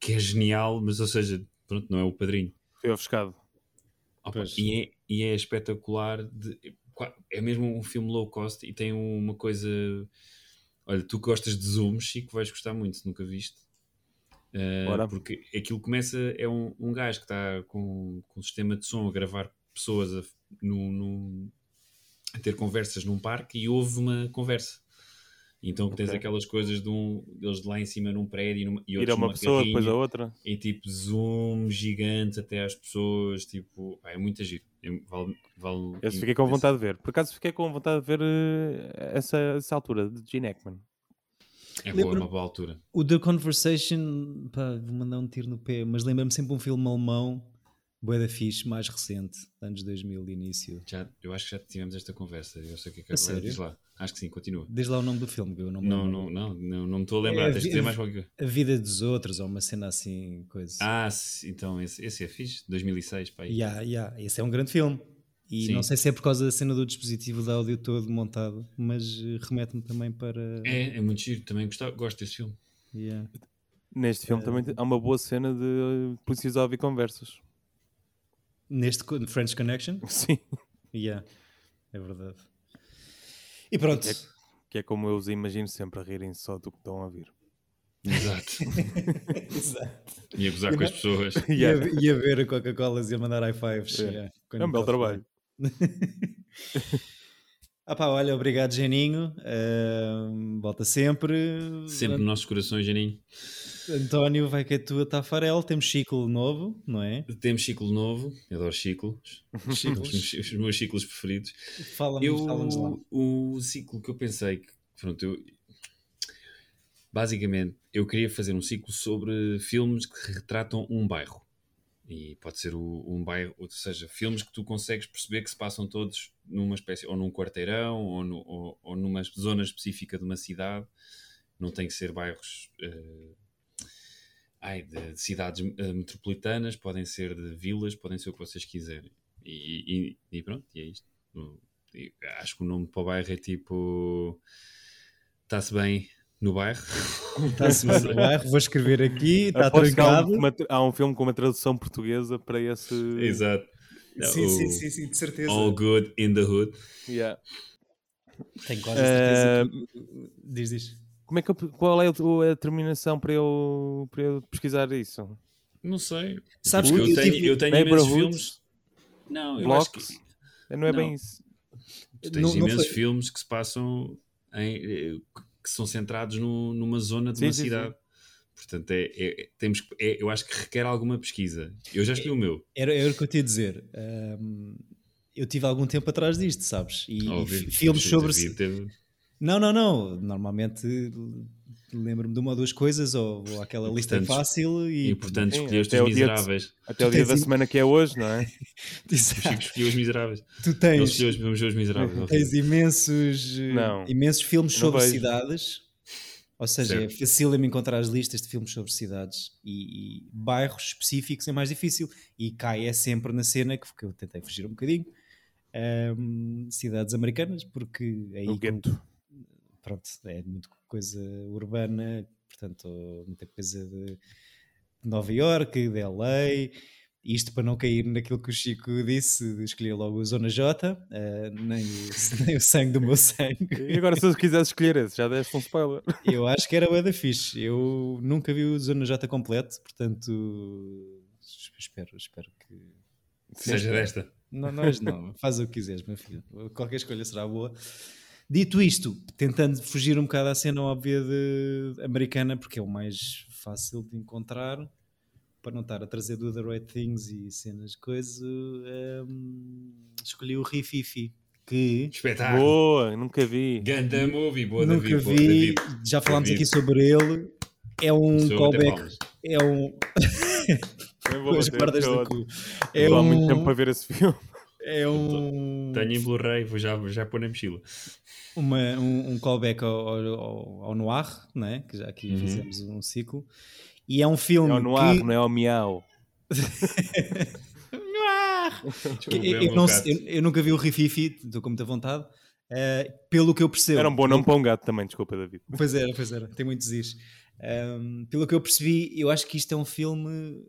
que é genial, mas ou seja, pronto, não é o padrinho. Foi ofuscado. Opa, Pois. e, é, e é espetacular. de- qua- é mesmo um filme low cost e tem uma coisa. Olha, tu que gostas de zooms, Chico, vais gostar muito se nunca viste. É, Ah, Bora. porque aquilo começa. É um, um gajo que está com, com um sistema de som a gravar pessoas a, f- no, no- a ter conversas num parque e houve uma conversa. Então tens Ok. aquelas coisas de um, deles de lá em cima num prédio e, numa, e Ir outros a uma numa pessoa, depois carrinha a outra. e tipo zoom gigante até às pessoas, tipo, pá, é muito giro. É- Vale, vale Eu fiquei com vontade de ver. Por acaso fiquei com vontade de ver eh, essa, essa altura de Gene Hackman. É boa, Lembro- uma boa altura. O The Conversation, pá, vou mandar um tiro no pé, mas lembra-me sempre um filme alemão, Boa da Fixe, mais recente, anos 2000, de início. Já, eu acho que já tivemos esta conversa. Eu sei o que é que A agora sério? diz lá. Acho que sim, continua. Diz lá o nome do filme, que eu não me Não, lembro. não, não, não, não me estou a lembrar. É, Tens de vi- dizer mais qualquer coisa. A Vida dos Outros, ou uma cena assim, coisa. Ah, sim, então esse, esse é fixe, 2006, pá. aí. yeah, yeah, esse é um grande filme. E Sim. não sei se é por causa da cena do dispositivo de áudio todo montado, mas eh, remete-me também para. É, é muito giro, também gosto, gosto desse filme. Yeah. Neste É. filme também há uma boa cena de eh, polícias a ouvir conversas. *laughs* Neste co- French Connection? Sim. Yeah, é verdade. E pronto. Que é como eu os imagino sempre a rirem só do que estão a ouvir. Exato. *laughs* Exato. E a gozar com as pessoas. Yeah. Ia, ia ver a Coca-Colas e a mandar high fives. É. yeah, quando É um belo estava trabalho. Ah pá, olha, obrigado Geninho, Ahm, volta sempre. Sempre nos nossos corações, Janinho. António vai que é tua Tafarel, temos ciclo novo, não *laughs* é? Temos ciclo novo, eu adoro ciclos. Os Ciclos. meus- os meus ciclos preferidos. Fala-me- eu, Fala-nos lá. O ciclo que eu pensei que, pronto, eu, basicamente eu queria fazer um ciclo sobre filmes que retratam um bairro. E pode ser o- um bairro, ou seja, filmes que tu consegues perceber que se passam todos numa espécie, ou num quarteirão, ou, no- ou- ou numa zona específica de uma cidade. Não tem que ser bairros eh, ai, de, de cidades eh, metropolitanas, podem ser de vilas, podem ser o que vocês quiserem. E, e- e pronto, e é isto. Não- e Acho que o nome para o bairro é tipo. Está-se bem no bairro. Está-se bem Tá no bairro, vou escrever *laughs* aqui, está Aposto que há, trancado. um, uma tra- há um filme com uma tradução portuguesa para esse. *laughs* Exato. Sim, O sim, sim, sim, de certeza. All good in the hood. Yeah. Tenho quase a certeza. Ah, que- Diz, diz. como é que eu- qual é o- a determinação para eu, para eu pesquisar isso? Não sei. Sabes Porque que eu eu, tenho, tive eu tenho imensos filmes. Neighborhoods, Não, eu acho blocos. que Não é Não. bem isso. tu tens Não- não imensos foi- filmes que se passam em, eh, que são centrados no- numa zona de Sim, uma sim, sim. cidade. Portanto, é, é- temos, que- é- eu acho que requer alguma pesquisa. Eu já escolhi o meu. Era, era o que eu te ia dizer. Ahm, eu tive algum tempo atrás disto, sabes? E, e Óbvio. fi- filmes Sim, sobre. David teve- Não, não, não. Normalmente lembro-me de uma ou duas coisas, ou, ou aquela lista Importantes. fácil e. E portanto Sim, escolheste até os o dia *laughs* de- miseráveis. Até o Ah, Tu tens dia da im- semana que é hoje, não é? O Chico *laughs* Exato. escolheu os miseráveis. Tu Ele tens, escolheu os- vamos ver os miseráveis. tens imensos, eh, Não. imensos filmes Eu não sobre vejo. cidades. Ou seja, é Certo. fácil me encontrar as listas de filmes sobre cidades e, e bairros específicos é mais difícil. E cai é sempre na cena que, que eu tentei fugir um bocadinho. ehm, cidades americanas, porque aí O é gueto. pronto, é muito coisa urbana, portanto, muita coisa de Nova Iorque, de LA. Isto para não cair naquilo que o Chico disse, de escolher logo a Zona J, eh, nem, o, *laughs* nem o sangue do meu sangue. E agora, se eu quisesse escolher esse, já deste um spoiler. Eu acho que era o da Fish. Eu nunca vi o Zona J completo, portanto, espero, espero que. Seja desta. Não, nós não, faz o que quiseres, meu filho. Qualquer escolha será boa. Dito isto, tentando fugir um bocado à cena óbvia de americana, porque é o mais fácil de encontrar, para não estar a trazer do The Right Things e cenas, coisas, hum, escolhi o Rififi, que Espetáculo. *laughs* Boa, nunca vi. Ganda movie. Boa, nunca David. Boa, vi, David. já falámos David. aqui sobre ele. É um Sou até callback, palmas. é um. Eu vou com as bater, cordas eu do vou- cu. É Vou há muito tempo um. para ver esse filme. É um. Tenho em Blu-ray, vou já, vou já pôr na mochila. uma- um, um callback ao, ao- ao- ao Noir, né? que já aqui Uhum. fizemos um ciclo, e é um filme. É o Noir, que- não é o Miau. que- Desculpa, é o eu, meu não- gato. eu- eu nunca vi o Rififi, estou com muita vontade, eh, pelo que eu percebo. Era um bom nome para um gato também, desculpa, David. Pois era, pois era, tem muitos is. Ahm, pelo que eu percebi, eu acho que isto é um filme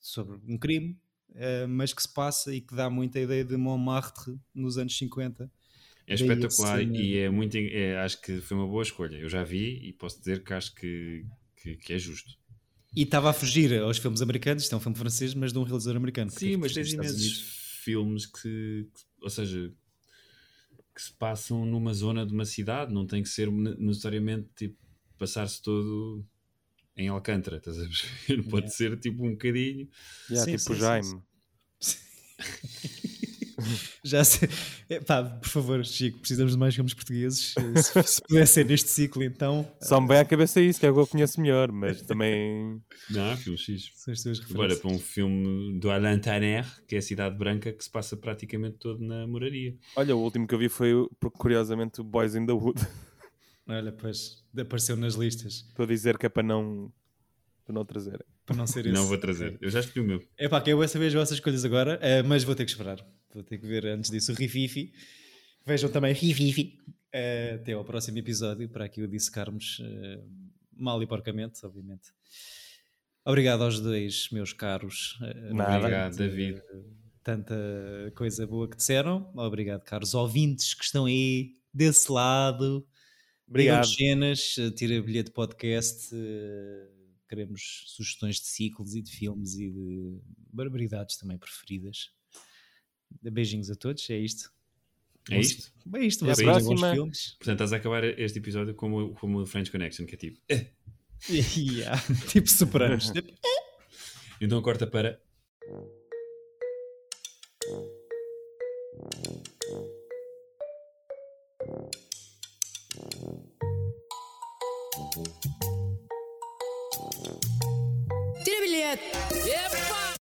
sobre um crime, eh, mas que se passa e que dá muita ideia de Montmartre nos anos 50. Daí É espetacular esse- e é muito. en- é, acho que foi uma boa escolha. Eu já vi e posso dizer que acho que, que, que é justo. E estava a fugir aos filmes americanos, isto é um filme francês, mas de um realizador americano. que Sim, teve mas presente tens nos Estados imensos Unidos. filmes que, que- ou seja, que se passam numa zona de uma cidade, não tem que ser ne- necessariamente tipo, passar-se todo em Alcântara, estás a ver? *laughs* Pode ser tipo um bocadinho. Yeah, Sim, tipo sim, Jaime. sim, Já sei. *laughs* Epá, por favor, Chico, precisamos de mais filmes portugueses. Eh, Se, se puder ser neste ciclo, então, Só me vem à cabeça isso, que é o que eu conheço melhor, mas também. Não, há filmes X. são as tuas Agora, referências. para um filme do Alain Tanner, que é a Cidade Branca, que se passa praticamente todo na moraria. Olha, o último que eu vi foi, curiosamente, o Boys in the Wood. *laughs* Olha, pois, apareceu nas listas, Estou a dizer que é para não, para não trazer. para não ser Não esse. vou trazer. Eu já escolhi o meu. Epá, que eu vou saber as vossas escolhas agora, eh, mas vou ter que esperar. Vou ter que ver antes disso o Rififi. Vejam também Rififi. eh, até ao próximo episódio, para aqui o dissecarmos eh, mal e porcamente, obviamente. Obrigado aos dois, meus caros. eh, Nada. Obrigado, David. tanta coisa boa que disseram. Obrigado, caros ouvintes que estão aí desse lado. Obrigado. Digam-nos cenas, eh, tira bilhete de podcast. eh, Queremos sugestões de ciclos e de filmes e de barbaridades também preferidas. Beijinhos a todos, é isto. É isto? É isto, Até à vocês vejam bons próxima. filmes. *laughs* *laughs* Portanto, estás a acabar este episódio como, como o French Connection, que é tipo. "Eh". Yeah, Tipo superanos. Então corta para. Tira bilhete! Epa!